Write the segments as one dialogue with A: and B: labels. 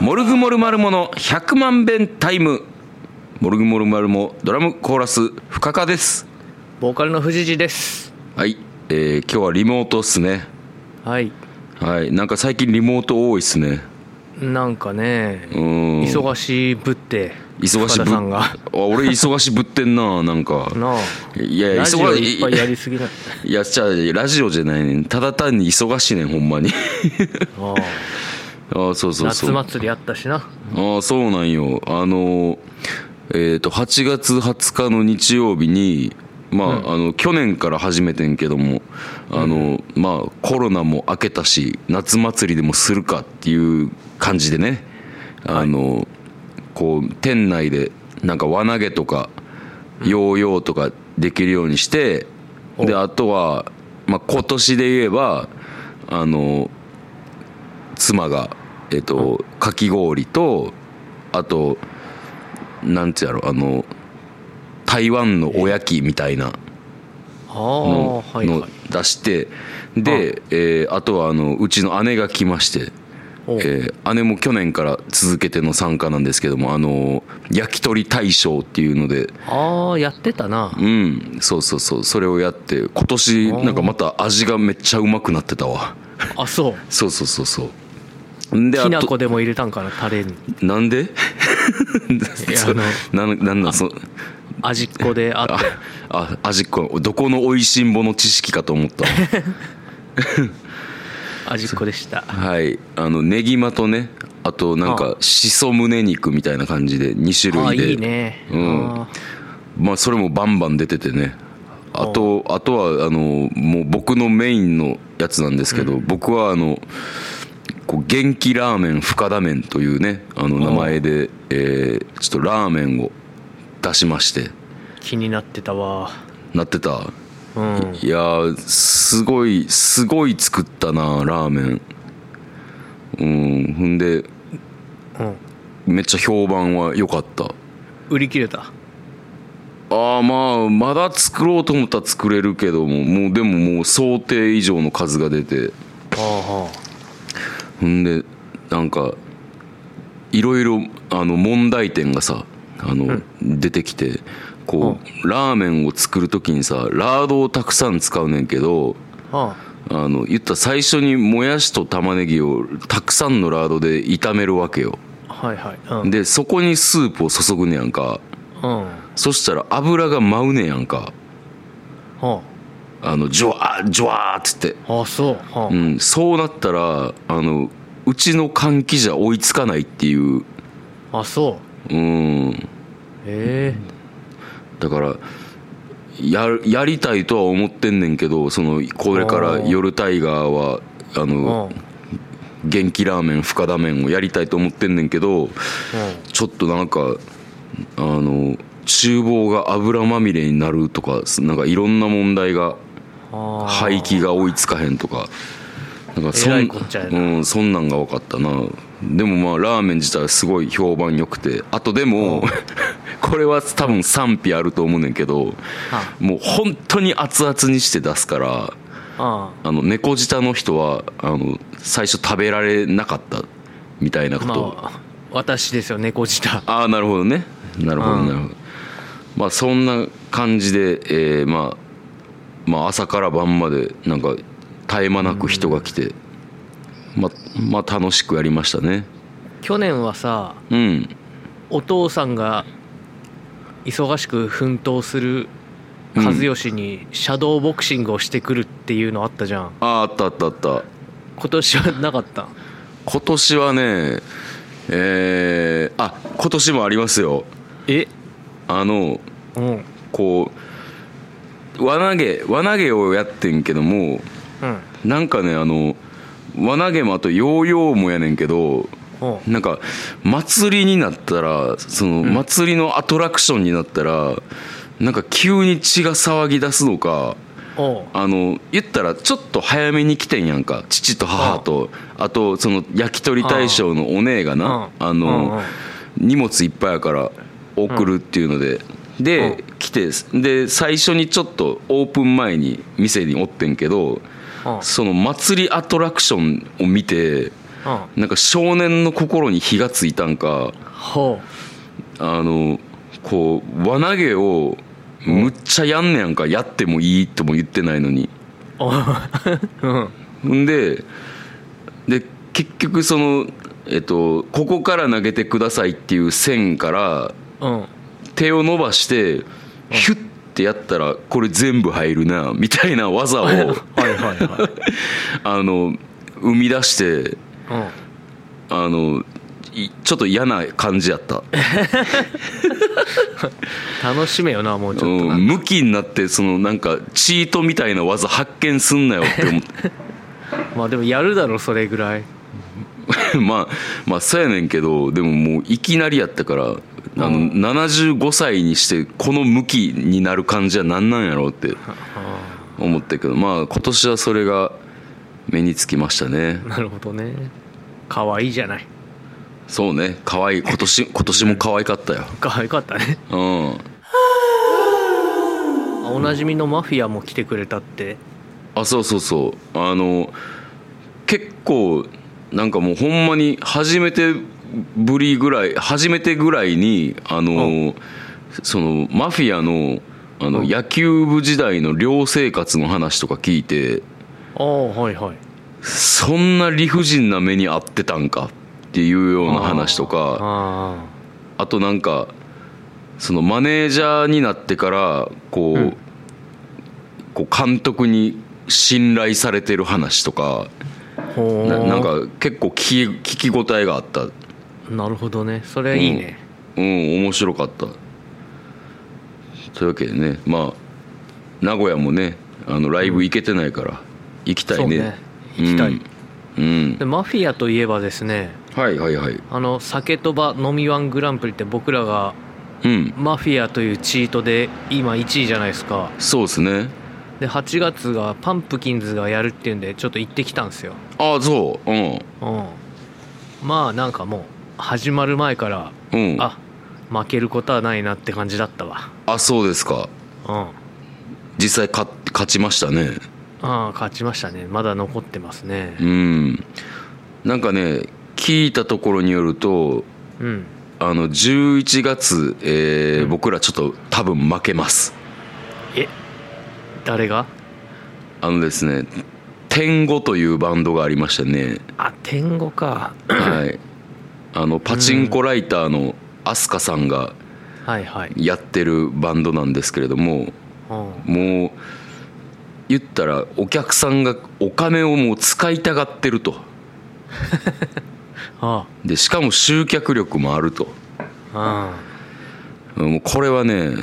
A: モルグモルマルモの100万遍タイムモルグモルマルモドラムコーラスフカカです
B: ボーカルの藤次です
A: はい、えー、今日はリモートっすね
B: はい
A: はいなんか最近リモート多いっすね
B: なんかね
A: うーん
B: 忙しいぶって
A: 忙し
B: 深
A: ぶ
B: 田さんが
A: あ俺忙しぶってんななんか
B: なあ
A: いやいや
B: ラジオ
A: 忙
B: いっぱいやりすぎ ない
A: いやじゃあラジオじゃないねんただ単に忙しいねんほんまに
B: ああ
A: ああそうそうそ
B: 夏
A: う
B: 祭りあったしな
A: ああそうなんよあのえっ、と8月20日の日曜日にまあ,、あの去年から始めてんけどもあの、まあコロナも明けたし夏祭りでもするかっていう感じでねあの、こう店内でなんか輪投げとかヨーヨーとかできるようにして、であとは、まあ、今年で言えばあの妻が、えっと、かき氷とあとなんてやろあの台湾のおやきみたいな
B: あ
A: の
B: あはい
A: の
B: はい
A: 出してでえーあとはあのうちの姉が来まして。
B: お
A: えー姉も去年から続けての参加なんですけどもあの焼き鳥大賞っていうので
B: ああやってたな
A: うんそうそうそうそれをやって今年なんかまた味がめっちゃうまくなってたわ
B: あそう
A: そうそうそうそうで
B: き
A: あ
B: な
A: と
B: こでも入れたんかなタレに
A: なんでそう
B: あ
A: なんなんだそ
B: 味っこであっ
A: あ
B: て
A: あ味っこどこのおいしんぼの知識かと思った わ
B: 味っこでした
A: はいあのネギマとねあとなんかしそ胸肉みたいな感じで2
B: あ
A: 種
B: あ
A: 類で
B: いいね
A: うん
B: あ
A: まあそれもバンバン出ててねあとあとはあのもう僕のメインのやつなんですけど、僕はあのこう元気ラーメン深田麺というねあの名前で、えーちょっとラーメンを出しまして
B: あ気になってたわ
A: なってた
B: うん
A: いやーすごいすごい作ったなラーメンうんほんで
B: うん
A: めっちゃ評判は良かった
B: 売り切れた
A: ああまあまだ作ろうと思ったら作れるけどももうでももう想定以上の数が出て
B: ああは
A: ほんでなんかいろいろあの問題点がさあの、出てきてこうラーメンを作る時にさラードをたくさん使うねんけど
B: あはあ
A: あの言ったら最初にもやしと玉ねぎをたくさんのラードで炒めるわけよ
B: はいはいうん
A: でそこにスープを注ぐねやんか
B: うんは
A: そしたら油が舞うねやんか
B: あ
A: あのジュワージュワーっつって
B: ああそうはあ
A: うん、そうなったらあのうちの換気じゃ追いつかないっていう、
B: あそう
A: うん、
B: え
A: だからやるやりたいとは思ってんねんけどそのこれから
B: あー
A: 夜タイガーはあ
B: えう
A: の
B: ん
A: 元気ラーメン深田麺をやりたいと思ってんねんけどちょっとなんかあの厨房が油まみれになるとかなんかいろんな問題が
B: うんあ
A: 排気が追いつかへんとかなんかそん
B: えらいこっちゃやな
A: うん、そんなんが分かったなでもまあラーメン自体はすごい評判良くてあとでも これは多分賛否あると思うねんけど
B: あ
A: もう本当に熱々にして出すから
B: あ
A: あの猫舌の人はあの最初食べられなかったみたいな
B: あ
A: こ
B: ま
A: と、
B: あ私ですよ猫舌
A: ああなるほどねなるほど
B: うん
A: なるほど、まあそんな感じで、えーまあ、まあ朝から晩までなんか絶え間なく人が来て、まあまあ楽しくやりましたね
B: 去年はさ
A: うん
B: お父さんが忙しく奮闘する和義にシャドーボクシングをしてくるっていうのあったじゃん
A: ああーあったあったあった
B: 今年はなかった
A: 今年はねえー、あ今年もありますよ
B: え
A: あの
B: うんうん
A: こう輪投げ輪投げをやってんけどもなんかねあの輪投げもあとヨーヨーもやねんけど
B: うん
A: なんか祭りになったらその祭りのアトラクションになったら、なんか急に血が騒ぎ出すのか
B: おう
A: あの言ったらちょっと早めに来てんやんか父と母とあとその焼き鳥大将のお姉がな
B: うん
A: あの、
B: うんうん
A: 荷物いっぱいやから送るっていうので、で、来てで最初にちょっとオープン前に店におってんけど
B: うん
A: その祭りアトラクションを見て
B: うん
A: なんか少年の心に火がついたんか
B: ほ
A: あのこう輪投げをむっちゃやんねやんかやってもいいとも言ってないのに
B: うあうん
A: んでで結局そのえっとここから投げてくださいっていう線から
B: うん
A: 手を伸ばしてヒュッてやったらこれ全部入るなみたいな技を
B: はいはいはい
A: あの生み出して
B: うん
A: あのいちょっと嫌な感じやった
B: 楽しめよなもうちょっと
A: う
B: なん
A: 向きになってそのなんかチートみたいな技発見すんなよって思って
B: まあでもやるだろそれぐらい
A: まあまあそうやねんけどでももういきなりやったからあの、
B: うん
A: 75歳にしてこの向きになる感じは何なんやろうって
B: あ
A: 思ったけどまあ今年はそれが目につきましたね
B: あなるほどね可愛いじゃない
A: そうね可愛い今年今年も可愛かったよ
B: 可愛かったね
A: うん
B: あおなじみのマフィアも来てくれたって
A: あそうそうそうあの結構なんかもうほんまに初めてぶりぐらい初めてぐらいにあのそのマフィアのあの野球部時代の寮生活の話とか聞いて
B: ああはいはい
A: そんな理不尽な目に遭ってたんかっていうような話とか
B: あ
A: あとなんかそのマネージャーになってからこう,、
B: うん
A: こう監督に信頼されてる話とか
B: あほう
A: ななんか結構聞き聞き応えがあったうん
B: なるほどねそれいいね、
A: 面白かったというわけでねまあ名古屋もねあのライブ行けてないから行きた
B: そう
A: いね,、
B: ね行きたい、
A: うん、うん
B: でマフィアといえばですね
A: はいはいはい
B: あの酒とば飲みワングランプリって僕らが
A: うん
B: マフィアというチートで今1位じゃないですか
A: そうですね
B: で8月がパンプキンズがやるっていうんでちょっと行ってきたんですよ
A: ああそううん
B: うんまあなんかもう始まる前から
A: うんあ
B: あ負けることはないなって感じだったわ
A: そうですか
B: うん
A: 実際勝勝ちましたね
B: ああ勝ちましたねまだ残ってますね
A: うんなんかね聞いたところによると
B: うん
A: あの11月、えー僕らちょっと多分負けます
B: え誰が
A: あのですね天狗というバンドがありまして ね
B: あ天狗か
A: はいあのパチンコライターの飛鳥さんが
B: はいはい、
A: やってるバンドなんですけれども
B: うん、
A: もう言ったらお客さんがお金をもう使いたがってると
B: あ
A: でしかも集客力もあると
B: あ
A: うんもうこれはね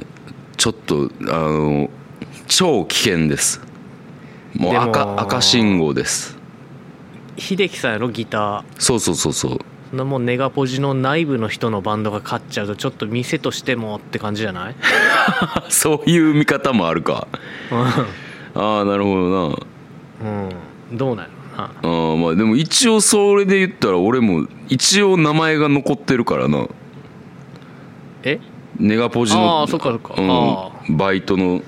A: ちょっとあの超危険ですもう
B: でも
A: 赤赤信号です
B: うん秀樹さんやろギター
A: そうそうそうそう
B: そんなもんネガポジの内部の人のバンドが勝っちゃうとちょっと店としてもって感じじゃ ない
A: そういう見方もあるかああなるほどな
B: うん、うん、どうなんやろな
A: あーまあでも一応それで言ったら俺も一応名前が残ってるからな
B: え
A: ネガポジの
B: あーそっかそっか
A: うん
B: あ
A: バイトの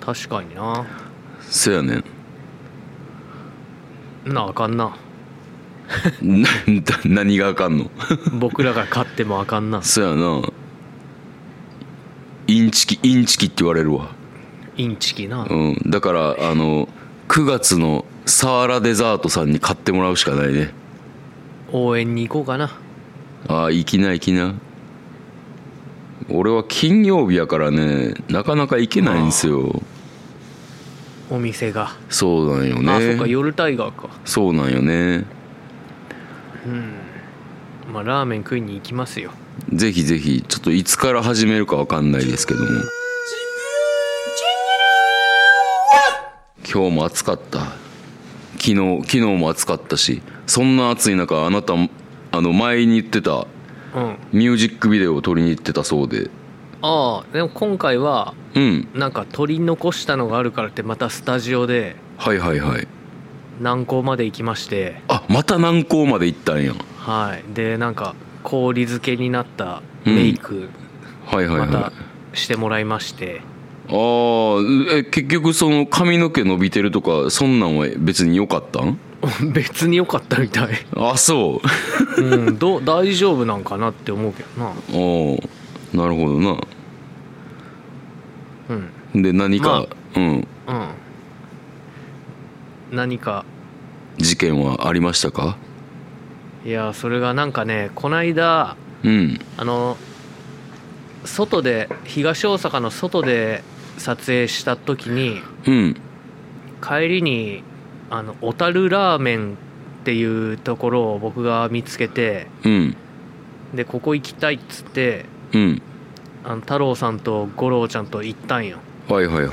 B: 確かにな
A: せやねん
B: なああかんな
A: な何があかんの
B: 僕らが勝ってもあかんな
A: そやなインチキインチキって言われるわ
B: インチキな
A: うん、だからあの9月のサーラデザートさんに買ってもらうしかないね
B: 応援に行こうかな
A: ああ行きな行きな俺は金曜日やからねなかなか行けないんですよ
B: お店が
A: そうなんよ
B: ああそっか
A: ね
B: 夜タイガーか
A: そうなんよね
B: うんまあラーメン食いに行きますよ
A: ぜひぜひちょっといつから始めるかわかんないですけども今日も暑かった昨日昨日も暑かったしそんな暑い中あなたあの前に言ってた
B: うん
A: ミュージックビデオを撮りに行ってたそうで
B: ああでも今回は
A: うん
B: なんか取り残したのがあるからってまたスタジオで
A: はいはいはい
B: 南港まで行きまして
A: あまた南港まで行ったんや
B: はいでなんか氷漬けになったレイク、
A: はいはいはい、
B: またしてもらいまして
A: ああえ結局その髪の毛伸びてるとかそんなんは別に良かったん
B: 別に良かったみたい、
A: あそう
B: うん、どう大丈夫なんかなって思うけどな
A: おおなるほどな
B: うん
A: で何か、
B: ま
A: うん
B: うん何か
A: 事件はありましたか
B: いやそれがなんかねこないだ
A: うん
B: あの外で東大阪の外で撮影した時に
A: うん
B: 帰りにあの小樽ラーメンっていうところを僕が見つけて
A: うん
B: でここ行きたいっつって
A: うん
B: あの太郎さんと五郎ちゃんと行ったんよ
A: はいはいはい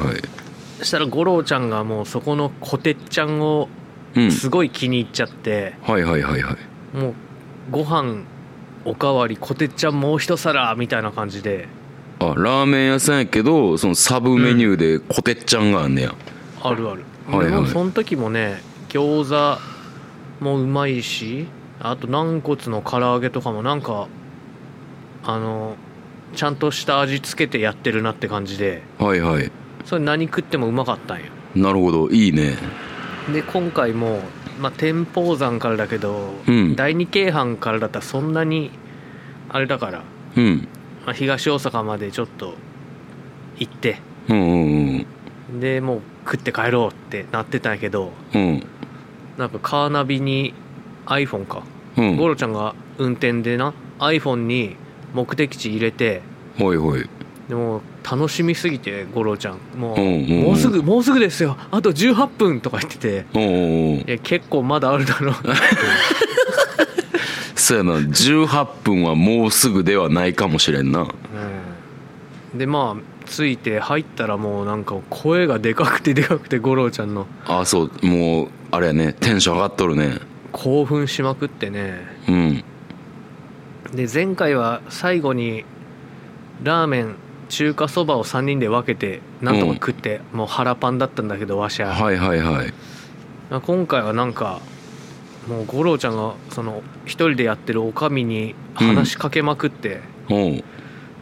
B: そしたら五郎ちゃんがもうそこのこてっちゃんを
A: うん
B: すごい気に入っちゃって、
A: はいはいはいはい
B: もうご飯おかわりこてっちゃんもう一皿みたいな感じで
A: あラーメン屋さんやけどそのサブメニューでこてっちゃんがあんねや、
B: あるある、
A: はいはい
B: でもその時もね餃子もうまいしあと軟骨の唐揚げとかもなんかあのちゃんとした味付けてやってるなって感じで
A: はいはい
B: それ何食ってもうまかったんよ
A: なるほどいいね
B: で今回も、まあ、天保山からだけど、
A: うん
B: 第二京阪からだったらそんなにあれだから、
A: うん
B: まあ、東大阪までちょっと行って
A: うんうん
B: でもう食って帰ろうってなってたんやけど
A: うん
B: なんかカーナビに iPhone か
A: うんうん
B: ゴロちゃんが運転でな iPhone に目的地入れて
A: はいはい
B: でもう楽しみすぎてゴロちゃんもう,、
A: うんうんうん
B: もうすぐもうすぐですよあと18分とか言ってて
A: おうんうん
B: いや結構まだあるだ ろう
A: そうやな18分はもうすぐではないかもしれんな
B: うんでまあ着いて入ったらもうなんか声がでかくてでかくてゴロちゃんの
A: あそうもうあれやねテンション上がっとるね
B: 興奮しまくってね
A: うん
B: で前回は最後にラーメン中華そばを3人で分けてなんとか食って、もう腹パンだったんだけどわしゃ、
A: はいはいはい
B: まあ今回はなんかもう五郎ちゃんがその一人でやってるおかみに話しかけまくって、
A: おう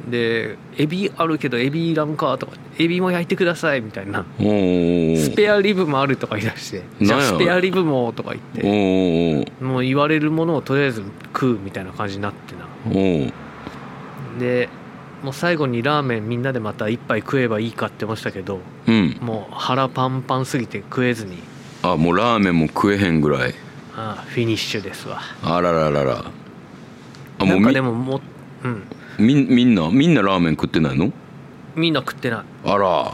B: で「エビあるけどエビいらんか」とか「エビも焼いてください」みたいな
A: おうおう
B: 「スペアリブもある」とか言い出して「じゃあ
A: なんや
B: スペアリブも」とか言
A: おう
B: っ
A: おう
B: てもう言われるものをとりあえず食うみたいな感じになってな
A: おうおう
B: でもう最後にラーメンみんなでまた一杯食えばいいかってましたけど
A: うん
B: もう腹パンパンすぎて食えずに
A: あもうラーメンも食えへんぐらい
B: ああフィニッシュですわ
A: あららららあも
B: な
A: うん
B: か
A: み
B: でももううん
A: みみんなみんなラーメン食ってないの
B: みんな食ってない
A: あら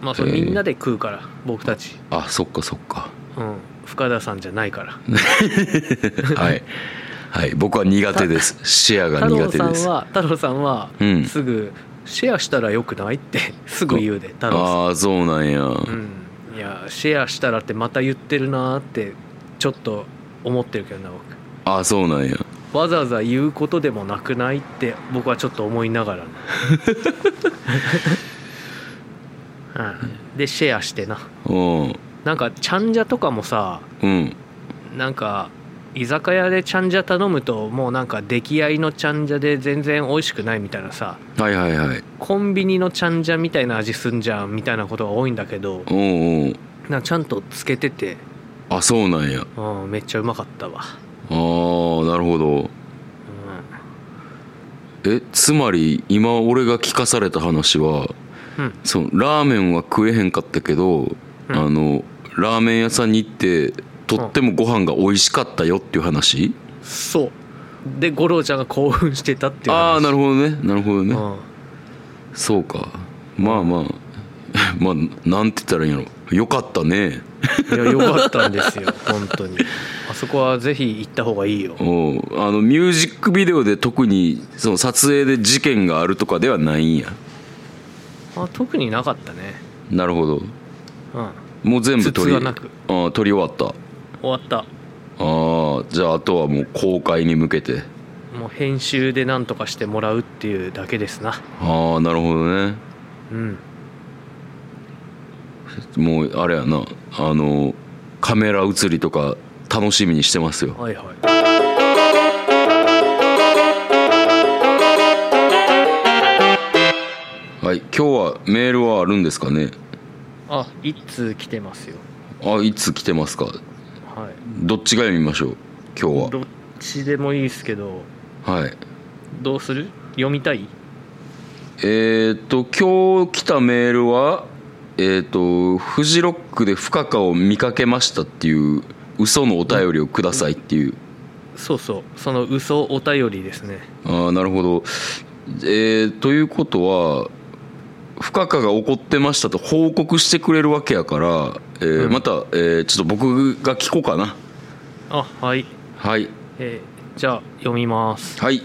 B: まあそれみんなで食うから僕たち、
A: あそっかそっ か
B: うん、深田さんじゃないから
A: はいはい僕は苦手ですシェアが
B: 太郎
A: 苦手
B: さん
A: ですあ
B: は太郎さんは
A: うん
B: すぐシェアしたらよくないって すぐ言うで太郎
A: あーそうなんや、
B: さん、うん、いやシェアしたらってまた言ってるなーってちょっと思ってるけどな僕
A: あーそうなんや
B: わざわざ言うことでもなくないって僕はちょっと思いながらね、 うん、でシェアしてな
A: うん
B: なんかちゃんじゃとかもさ
A: うん
B: なんか居酒屋でちゃんじゃ頼むともうなんか出来合いのちゃんじゃで全然美味しくないみたいなさ
A: はいはいはい
B: コンビニのちゃんじゃみたいな味すんじゃんみたいなことが多いんだけど
A: うんうん
B: なんかちゃんとつけてて、
A: あそうなんや
B: うん、めっちゃうまかったわ、
A: あーなるほど
B: う
A: えつまり今俺が聞かされた話は
B: んうん、
A: そのラーメンは食えへんかったけど、
B: うん
A: あのラーメン屋さんに行ってとってもご飯が美味しかったよっていう話、
B: そうで五郎ちゃんが興奮してたっていう
A: ああな
B: る
A: るほどねなるほどね、
B: うん、
A: そうかまあまあ まあなんて言ったらいいんやろよかったね
B: いやよかったんですよ 本当にあそこはぜひ行った方がいいよ
A: おうあのミュージックビデオで特にその撮影で事件があるとかではないんや
B: あ特になかったね
A: なるほど
B: うん
A: もう全部撮り
B: つつがなく
A: ああ撮り終わった
B: 終わった
A: ああじゃああとはもう公開に向けて
B: もう編集で何とかしてもらうっていうだけですな
A: ああなるほどね
B: うん
A: もうあれやなあのカメラ映りとか楽しみにしてますよ
B: はいはい
A: はい今日はメールはあるんですかね
B: あ一通来てますよ
A: あいつ来てますか
B: はい
A: どっちが読みましょう今日
B: どっちでもいいですけど
A: ははい
B: どうする読みたい
A: えーっと今日来たメールはえーっとフジロックで深川を見かけましたっていう嘘のお便りをくださいっていう
B: そうそうその嘘お便りですね
A: ああなるほどえーということは深川が怒ってましたと報告してくれるわけやから、えー
B: うん
A: また、えーちょっと僕が聞こうかな
B: あはい、
A: はい
B: えーじゃあ読みます
A: はい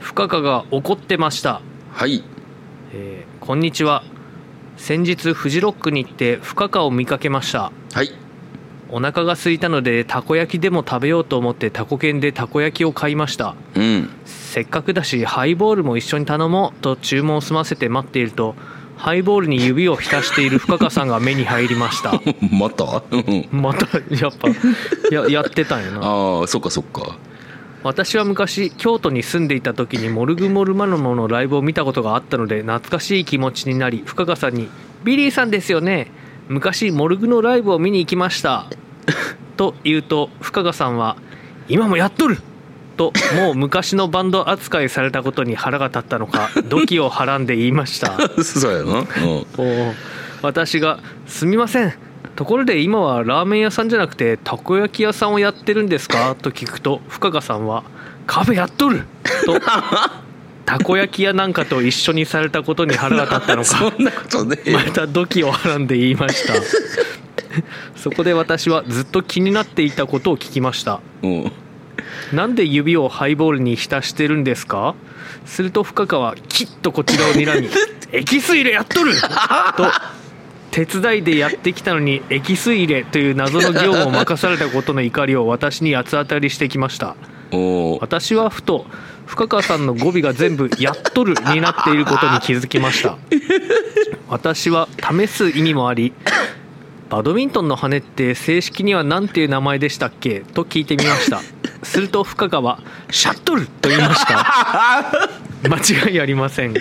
B: 深川が怒ってました
A: はい
B: えーこんにちは先日フジロックに行って深川を見かけました
A: はい
B: お腹が空いたのでたこ焼きでも食べようと思ってたこ県でたこ焼きを買いました
A: うん
B: せっかくだしハイボールも一緒に頼もうと注文を済ませて待っているとハイボールに指を浸している深川さんが目に入りました
A: また うん
B: またやっぱややってたんやな
A: ああそっかそっか
B: 私は昔京都に住んでいた時にモルグモルマルモのライブを見たことがあったので懐かしい気持ちになり深川さんに「ビリーさんですよね昔モルグのライブを見に行きました」と言うと深川さんは「今もやっとる!」ともう昔のバンド扱いされたことに腹が立ったのか土器をはらんで言いました。
A: そうやなうん
B: おー私が「すみませんところで今はラーメン屋さんじゃなくてたこ焼き屋さんをやってるんですか?」と聞くと深川さんは「カフェやっとる!」とたこ焼き屋なんかと一緒にされたことに腹が立ったのか
A: そんなことねえよ
B: また土器をはらんで言いましたそこで私はずっと気になっていたことを聞きました
A: うん
B: なんで指をハイボールに浸してるんですかすると深川はきっとこちらを睨み「エキス入れやっとる!」と手伝いでやってきたのにエキス入れという謎の業務を任されたことの怒りを私に八つ当たりしてきました
A: おー
B: 私はふと深川さんの語尾が全部「やっとる」になっていることに気づきました私は試す意味もありバドミントンの羽って正式には何ていう名前でしたっけと聞いてみましたすると深川は「シャットル」と言いました間違いありません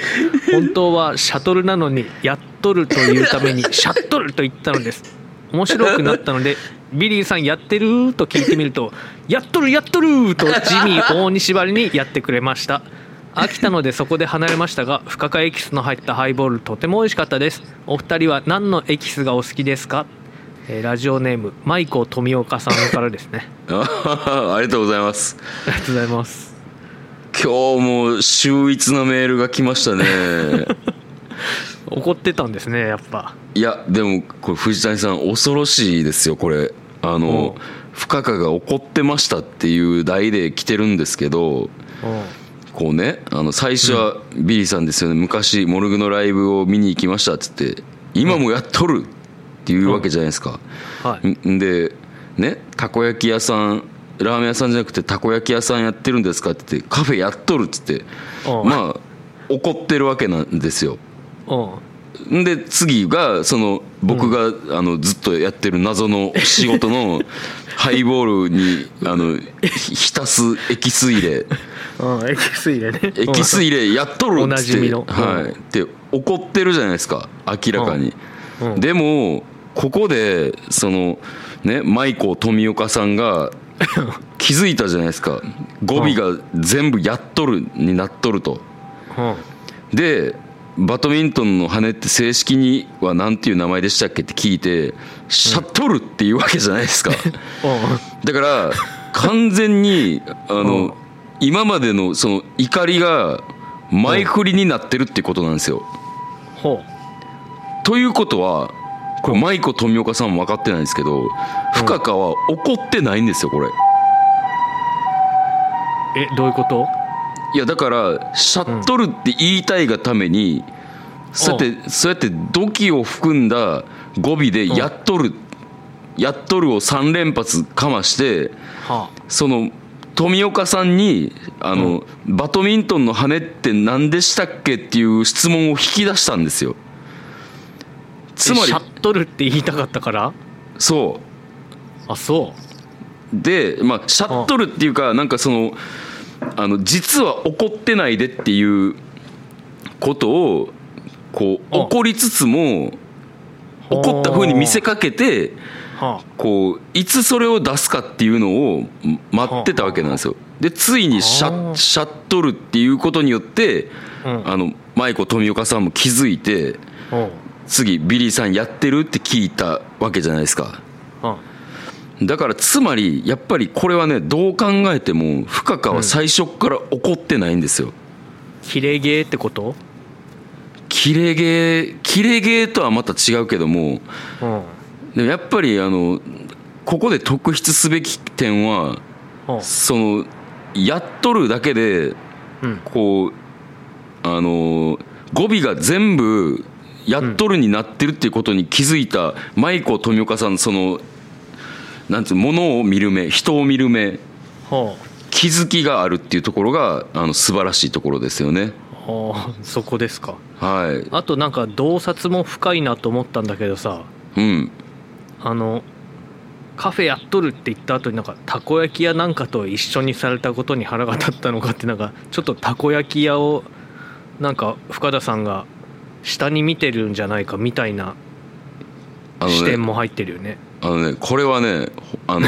B: 本当はシャトルなのに「やっとる」というため に「シャットル」と言ったのです面白くなったので「ビリーさんやってる?」と聞いてみると「やっとるやっとる!」とジミー大西張りにやってくれました飽きたのでそこで離れましたが深川エキスの入ったハイボールとても美味しかったですお二人は何のエキスがお好きですか、えーラジオネームマイコ富岡さんからですね
A: あありがとうございます
B: ありがとうございます
A: 今日も秀逸なメールが来ましたね
B: 怒ってたんですねやっぱ
A: いやでもこれ藤谷さん恐ろしいですよこれあの
B: うん
A: 深川が怒ってましたっていう題で来てるんですけど
B: う
A: こうねあの最初はビリーさんですよね昔モルグのライブを見に行きましたっつって今もやっとるっていうわけじゃないですか、
B: んはい
A: んでねたこ焼き屋さんラーメン屋さんじゃなくてたこ焼き屋さんやってるんですかって言ってカフェやっとるっつって
B: うん
A: まあ怒ってるわけなんですよ
B: うん
A: んで次がその僕が、あのずっとやってる謎の仕事 のハイボールにあのひ浸すエキス入 れ
B: うんエキス入れね
A: エキス入れやっとるっつって
B: おなじみの
A: はい、って怒ってるじゃないですか明らかに、
B: うんうん
A: でもここでそのねマイコ富岡さん が気づいたじゃないですか語尾が全部「やっとる」になっとると
B: うん
A: でバドミントンの羽って正式には何ていう名前でしたっけって聞いて「シャットル」っていうわけじゃないですかだから完全にあ
B: うん
A: の今までのその怒りが前振りになってるってことなんですよ
B: ほう
A: ということはこれ舞子富岡さんも分かってないんですけど深川は怒ってないんですよこれ
B: えどういうこと
A: いやだからシャットルって言いたいがためにそうやってそうやって土器を含んだ語尾で「
B: うん
A: やっとる」「やっとる」を3連発かまして
B: は
A: その富岡さんにあの、バドミントンの羽って何でしたっけっていう質問を引き出したんですよつ
B: つ
A: まり
B: シャットルって言いたかったから
A: そう
B: あそ
A: で、まあ、シャットルっていうかなんかそのあの実は怒ってないでっていうことをこう
B: あ
A: 怒りつつも怒った風に見せかけて
B: は
A: こういつそれを出すかっていうのをん待ってたわけなんですよでついにシャ
B: あー
A: ッシャッとるっていうことによって
B: あうん
A: あの舞子富岡さんも気づいて
B: おう
A: 次ビリーさんやってるって聞いたわけじゃないですか
B: は
A: だからつまりやっぱりこれはねどう考えても深川は最初っから怒ってないんですよ、
B: キレゲーってこと
A: キレゲーキレゲーとはまた違うけども
B: うんは
A: でもやっぱりあのここで特筆すべき点は
B: あ
A: そのやっとるだけで
B: うん
A: こうあの語尾が全部やっとるになってるっていうことに気づいた舞子富岡さんのそのなんつうものを見る目人を見る目
B: は
A: 気づきがあるっていうところがあの素晴らしいところですよね
B: あああそこですか
A: はい
B: あとなんか洞察も深いなと思ったんだけどさ
A: うん
B: あのカフェやっとるって言った後になんかたこ焼き屋なんかと一緒にされたことに腹が立ったのかってなんかちょっとたこ焼き屋をなんか深田さんが下に見てるんじゃないかみたいな
A: あの
B: 視
A: ね
B: 点も入ってるよね
A: あのねこれはねほ あの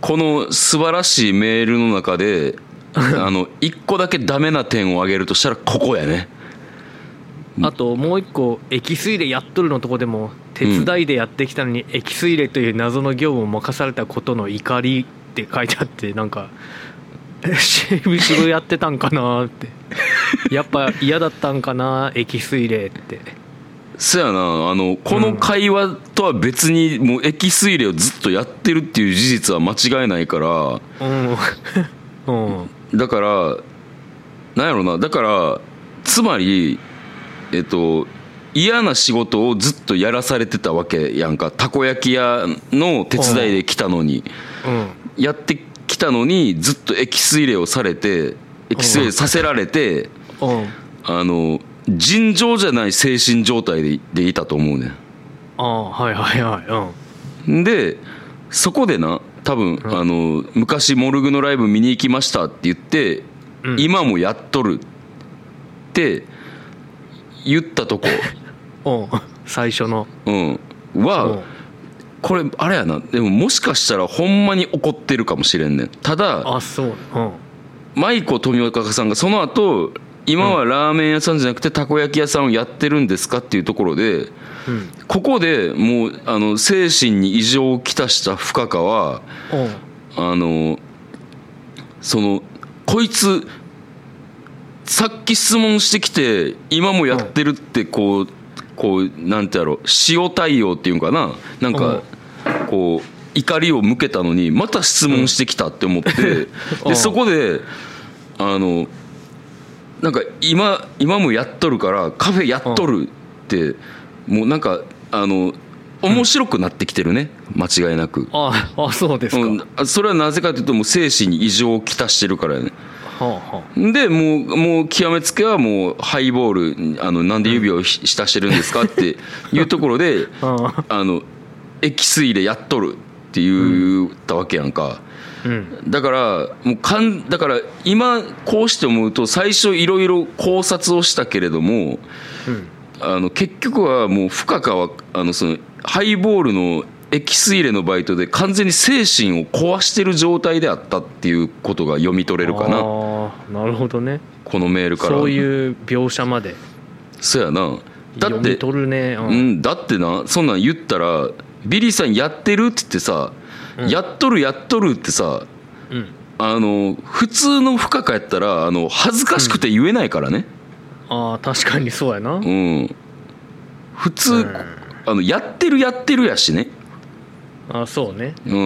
A: この素晴らしいメールの中であの一個だけダメな点を挙げるとしたらここやね
B: あともう一個「液水でやっとる」のとこでも「手伝いでやってきたのに液水でという謎の業務を任されたことの怒り」って書いてあってな んかえしぶしぶやってたんかなーってやっぱ嫌だったんかな液水でって
A: そやなあのこの会話とは別にもう液推例をずっとやってるっていう事実は間違いないから
B: うんうん
A: だからなんやろなだからつまりえっと嫌な仕事をずっとやらされてたわけやんかたこ焼き屋の手伝いで来たのに
B: うん
A: やってきたのにずっと液推例をされて液推例させられて
B: うん
A: あの尋常じゃない精神状態ででいたと思うねん。
B: ああはいはいはいうん
A: でそこでな多分、
B: ん
A: あの昔モルグのライブ見に行きましたって言って、
B: うん
A: 今もやっとるって言ったとこ、
B: うん最初の
A: うん、
B: う
A: は
B: ん
A: これあれやなでももしかしたらほんまに怒ってるかもしれんねんただ
B: あそううん
A: 舞子富岡さんがその後今はラーメン屋さんじゃなくてたこ焼き屋さんをやってるんですかっていうところで
B: うん
A: ここでもうあの精神に異常をきたした深川は
B: うん
A: あのそのこいつさっき質問してきて今もやってるってこう、こうなんてやろう塩対応っていうんかななんかこう怒りを向けたのにまた質問してきたって思って、
B: うん
A: でそこであのなんか今今もやっとるからカフェやっとるって、もうなんかあの面白くなってきてるね、間違いなく。
B: ああそうですか、
A: う
B: は
A: んあ、それはなぜかというともう精神に異常をきたしてるからやね
B: あは
A: でもうもう極めつけはもうハイボールあのなんで指をひ浸してるんですかっていうところで
B: あ
A: あの液水でやっとるって言ったわけやんか、
B: うんうん
A: だからもうかんだから今こうして思うと最初いろいろ考察をしたけれども
B: うん
A: あの結局はもう深川あのそのハイボールのエキス入れのバイトで完全に精神を壊してる状態であったっていうことが読み取れるか
B: あ
A: な
B: ーなるほどね
A: このメールから
B: そういう描写まで
A: そやなだ
B: 読
A: っ
B: み
A: て
B: 取るねう
A: うんんだってなそんなん言ったらビリーさんやってるって言ってさ、
B: うん
A: やっとるやっとるってさ
B: うん
A: あの普通の深川やったらあの恥ずかしくて言えないからね、
B: ああ確かにそうやなうん
A: うん、普通、あのやってるやってるやしね
B: あそうね
A: う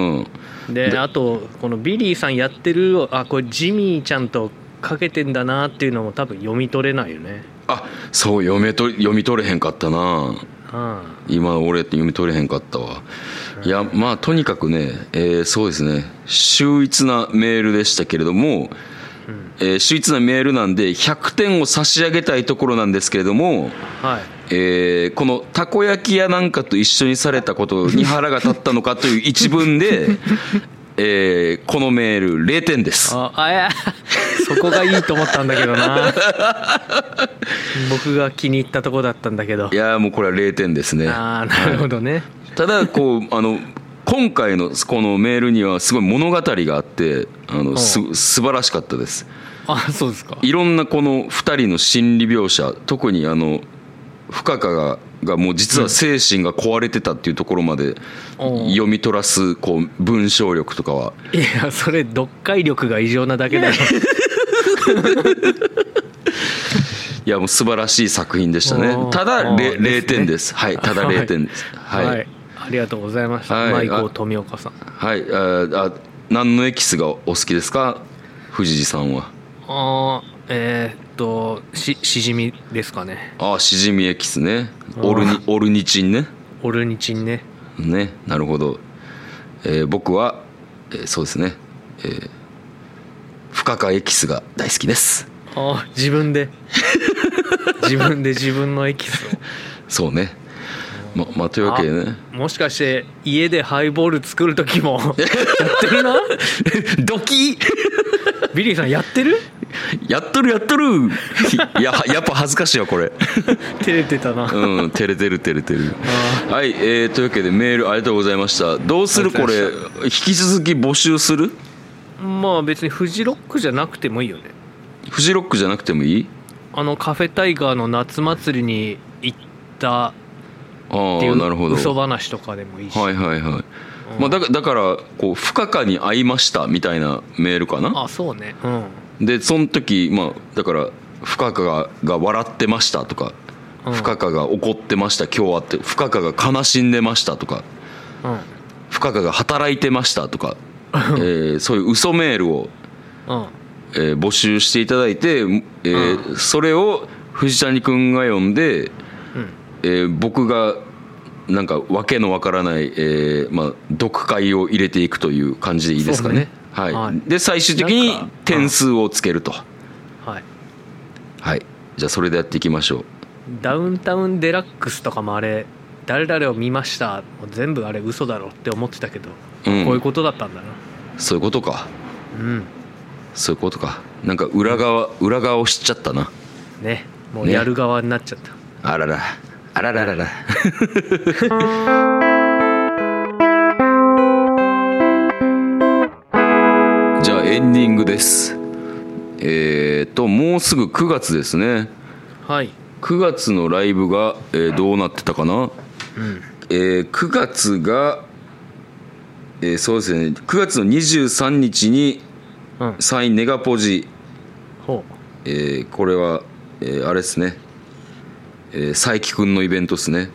A: ん
B: であとこのビリーさんやってるをあこれジミーちゃんとかけてんだなっていうのも多分読み取れないよね
A: あそう読めと読み取れへんかったな
B: あ
A: 今俺って読み取れへんかったわいやまあとにかくね、えーそうですね秀逸なメールでしたけれども、えー秀逸なメールなんで100点を差し上げたいところなんですけれども、
B: あはい
A: えーこのたこ焼きやなんかと一緒にされたことに腹が立ったのかという一文でえーこのメール0点です
B: ああいや そこがいいと思ったんだけどな僕が気に入ったとこだったんだけど
A: いやーもうこれは0点ですね
B: ああなるほどね
A: ただこうあの今回のこのメールにはすごい物語があってあのす素晴らしかったです
B: あそうですか
A: いろんなこの2人の心理描写特にあの深川ががもう実は精神が壊れてたっていうところまで
B: おう
A: 読み取らすこう文章力とかはい
B: やそれ読解力が異常なだけだよ
A: いやもう素晴らしい作品でした
B: お
A: ね
B: ー
A: ただ
B: おー
A: れ
B: ですね
A: 0点ですはいただ0点ですはいはい、
B: ありがとうございました、
A: はい
B: マイコー富岡さん
A: あーあ何のエキスがお好きですか藤井さんは
B: あーえーっとししじみですかね
A: ああしじみエキスねオルニオルニチンね
B: オルニチンね
A: ねなるほど、えー僕は、えーそうですね、えー、深川エキスが大好きです
B: あー自分で 自分で自分のエキスを
A: そうねままあというわけでね
B: もしかして家でハイボール作る 時もやってるな
A: ドキッ
B: ビリーさんやってる
A: やっとるやっとるいややっぱ恥ずかしいわこれ
B: 照れてたな、
A: うん照れてる照れてるはい、えー、というわけでメールありがとうございましたどうする
B: あり
A: こ
B: がと
A: れ
B: う
A: 引き続き募集する
B: まあ別にフジロックじゃなくてもいいよね
A: フジロックじゃなくてもいい
B: あのカフェタイガーの夏祭りに行ったっ
A: あ
B: てい
A: あなるほ
B: う
A: ど
B: 嘘話とかでもいいし、
A: はいはいはい、まあ、だかだからこう不可解に会いましたみたいなメールかな
B: あそうねうん
A: でその時まあだから不可解がが笑ってましたとか
B: うん
A: 不可解が怒ってました今日はって不可解が悲しんでましたとか
B: う
A: 不可解が働いてましたとか、えーそういう嘘メールを、
B: んうん
A: えー募集していただいて、えーそれを藤谷君が読んで、えー僕がなんかわけのわからない、えーまあ、読解を入れていくという感じでいいですかね
B: そうね
A: はい
B: はい
A: で最終的に
B: なんか
A: 点数をつけると
B: はい
A: はいじゃあそれでやっていきましょう
B: ダウンタウンデラックスとかもあれ誰々を見ましたもう全部あれ嘘だろって思ってたけど、
A: うん
B: こういうことだったんだな
A: そういうことか
B: うん
A: そういうことかなんか裏側裏側を知っちゃったな
B: ねもう
A: ね
B: やる側になっちゃった、
A: あららあららら らじゃあエンディングですえっともうすぐ9月ですね
B: はい
A: 9月のライブが、えーどうなってたかな、
B: うん
A: えー9月が、えーそうですね9月の23日に
B: うん
A: サインネガポジ、
B: ほ
A: えーこれは、えーあれですね、えー、佐伯くんのイベントですね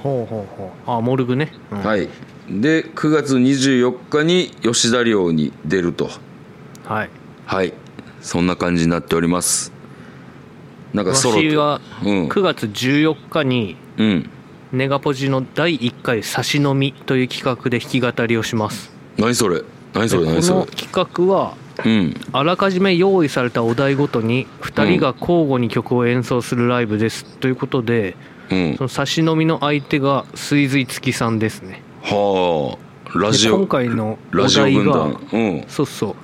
B: うほうほうほうあモルグね、うん
A: はいで9月24日に吉田寮に出ると
B: はい
A: はいそんな感じになっておりますなんか
B: わ
A: ソロ
B: しは
A: うん
B: 9月14日に
A: うん
B: ネガポジの第1回差し飲みという企画で弾き語りをします
A: 何それ何それ
B: でこ
A: 何そ
B: の企画は
A: れうん
B: あらかじめ用意されたお題ごとに2人が交互に曲を演奏するライブです、ということで
A: うん
B: その差し飲みの相手が水水月さんですね
A: はあラ
B: で
A: ジオ
B: 今回の
A: ラ
B: お
A: ジオ
B: 題
A: 軍
B: が
A: 団うん
B: そうそう、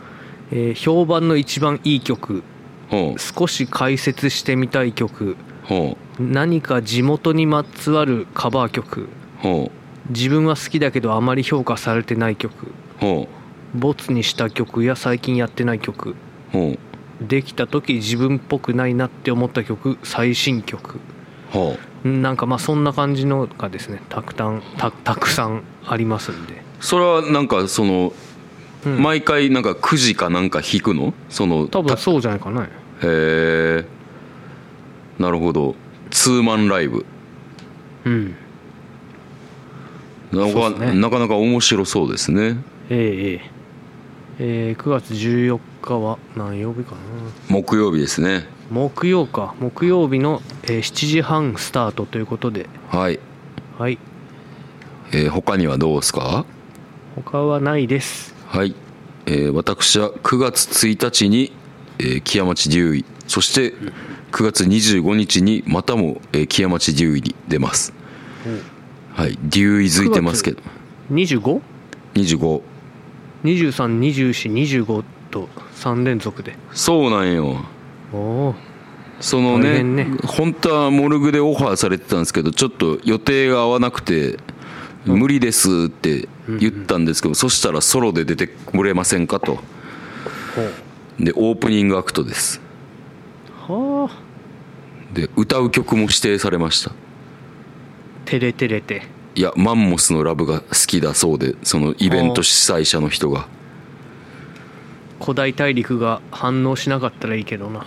B: えー評判の一番いい曲
A: ほ
B: 少し解説してみたい曲
A: うほ
B: 何か地元にまつわるカバー曲
A: うほ
B: 自分は好きだけどあまり評価されてない曲
A: うほ
B: ボツにした曲や最近やってない曲
A: うほう
B: できた時自分っぽくないなって思った曲最新曲
A: ほう
B: なんかまあそんな感じのがですねたくさんたたくさんありますんで、
A: それはなんかその
B: うん
A: 毎回なんかくじかなんか引くのその
B: 多
A: た
B: 分そうじゃないかな
A: へえなるほどツーマンライブ
B: うん
A: な
B: そう
A: か,、
B: っすね
A: なかなか面白そうですね
B: えええええー9月14日は何曜日かな
A: 木曜日ですね
B: 木曜か木曜日の、えー7時半スタートということで
A: はい、
B: はい
A: えー他にはどうですか
B: 他はないです
A: はい、えー私は9月1日に、えー、木屋町デューイそして9月25日にまたも、えー、木屋町デューイに出ますはいデューイ付いてますけど
B: 25?
A: 25
B: 232425と3連続で
A: そうなんよ
B: おお
A: その
B: 大
A: ね
B: 変ね
A: 本当はモルグでオファーされてたんですけどちょっと予定が合わなくて無理ですって言ったんですけど、そしたらソロで出てくれませんかとでオープニングアクトです
B: ほうはあ
A: で歌う曲も指定されました
B: 照れ照れて
A: いやマンモスのラブが好きだそうでそのイベント主催者の人が
B: 古代大陸が反応しなかったらいいけどな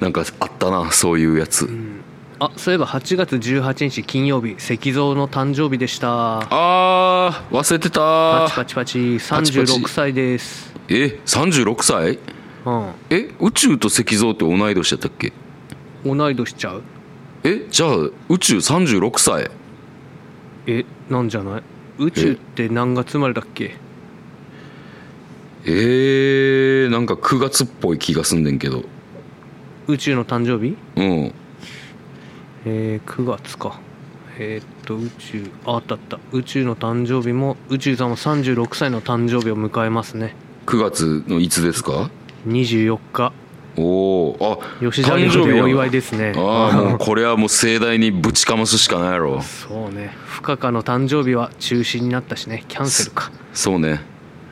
A: なんかあったなそういうやつ、
B: あそういえば8月18日金曜日石像の誕生日でした
A: あー忘れて
B: パ
A: た
B: チパチパチ
A: チパチ
B: 36歳です
A: え36歳え宇宙と石像って同い年やったっけ
B: うん同い年ちゃう
A: えじゃあ宇宙36歳
B: えなんじゃない宇宙って何月生まれだっけ
A: えー、なんか9月っぽい気がすんねんけど
B: 宇宙の誕生日
A: うん
B: えー、9月かえーっと宇宙ああったあった宇宙の誕生日も宇宙さんも36歳の誕生日を迎えますね
A: 9月のいつですか
B: 24日
A: おおあ
B: 吉沢亮でお祝い
A: で
B: ですね
A: ああもうこれはもう盛大にぶちかますしかないやろ
B: そうね不可可の誕生日は中止になったしねキャンセルか
A: そうね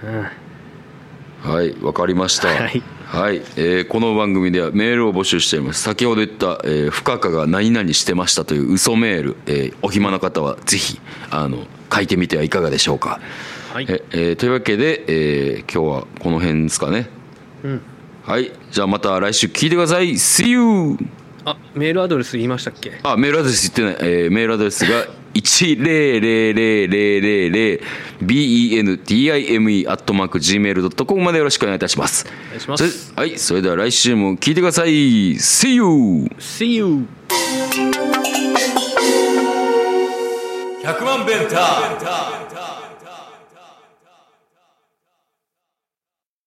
B: うん
A: はいわかりました
B: はい
A: はいえーこの番組ではメールを募集しています先ほど言った、えー不可可が何々してましたという嘘メール、えーお暇な方はぜひあの書いてみてはいかがでしょうか
B: はい
A: ええーというわけで、えー今日はこの辺ですかね
B: うん
A: はいじゃあまた来週聞いてください See you
B: あメールアドレス言いましたっけ
A: あメールアドレス言ってない、えーメールアドレスが 1000000bendime.gmail.com までよろしくお願いいたします
B: お願いします
A: それはいそれでは来週も聞いてください See you!
B: See you!
C: 100万ベンター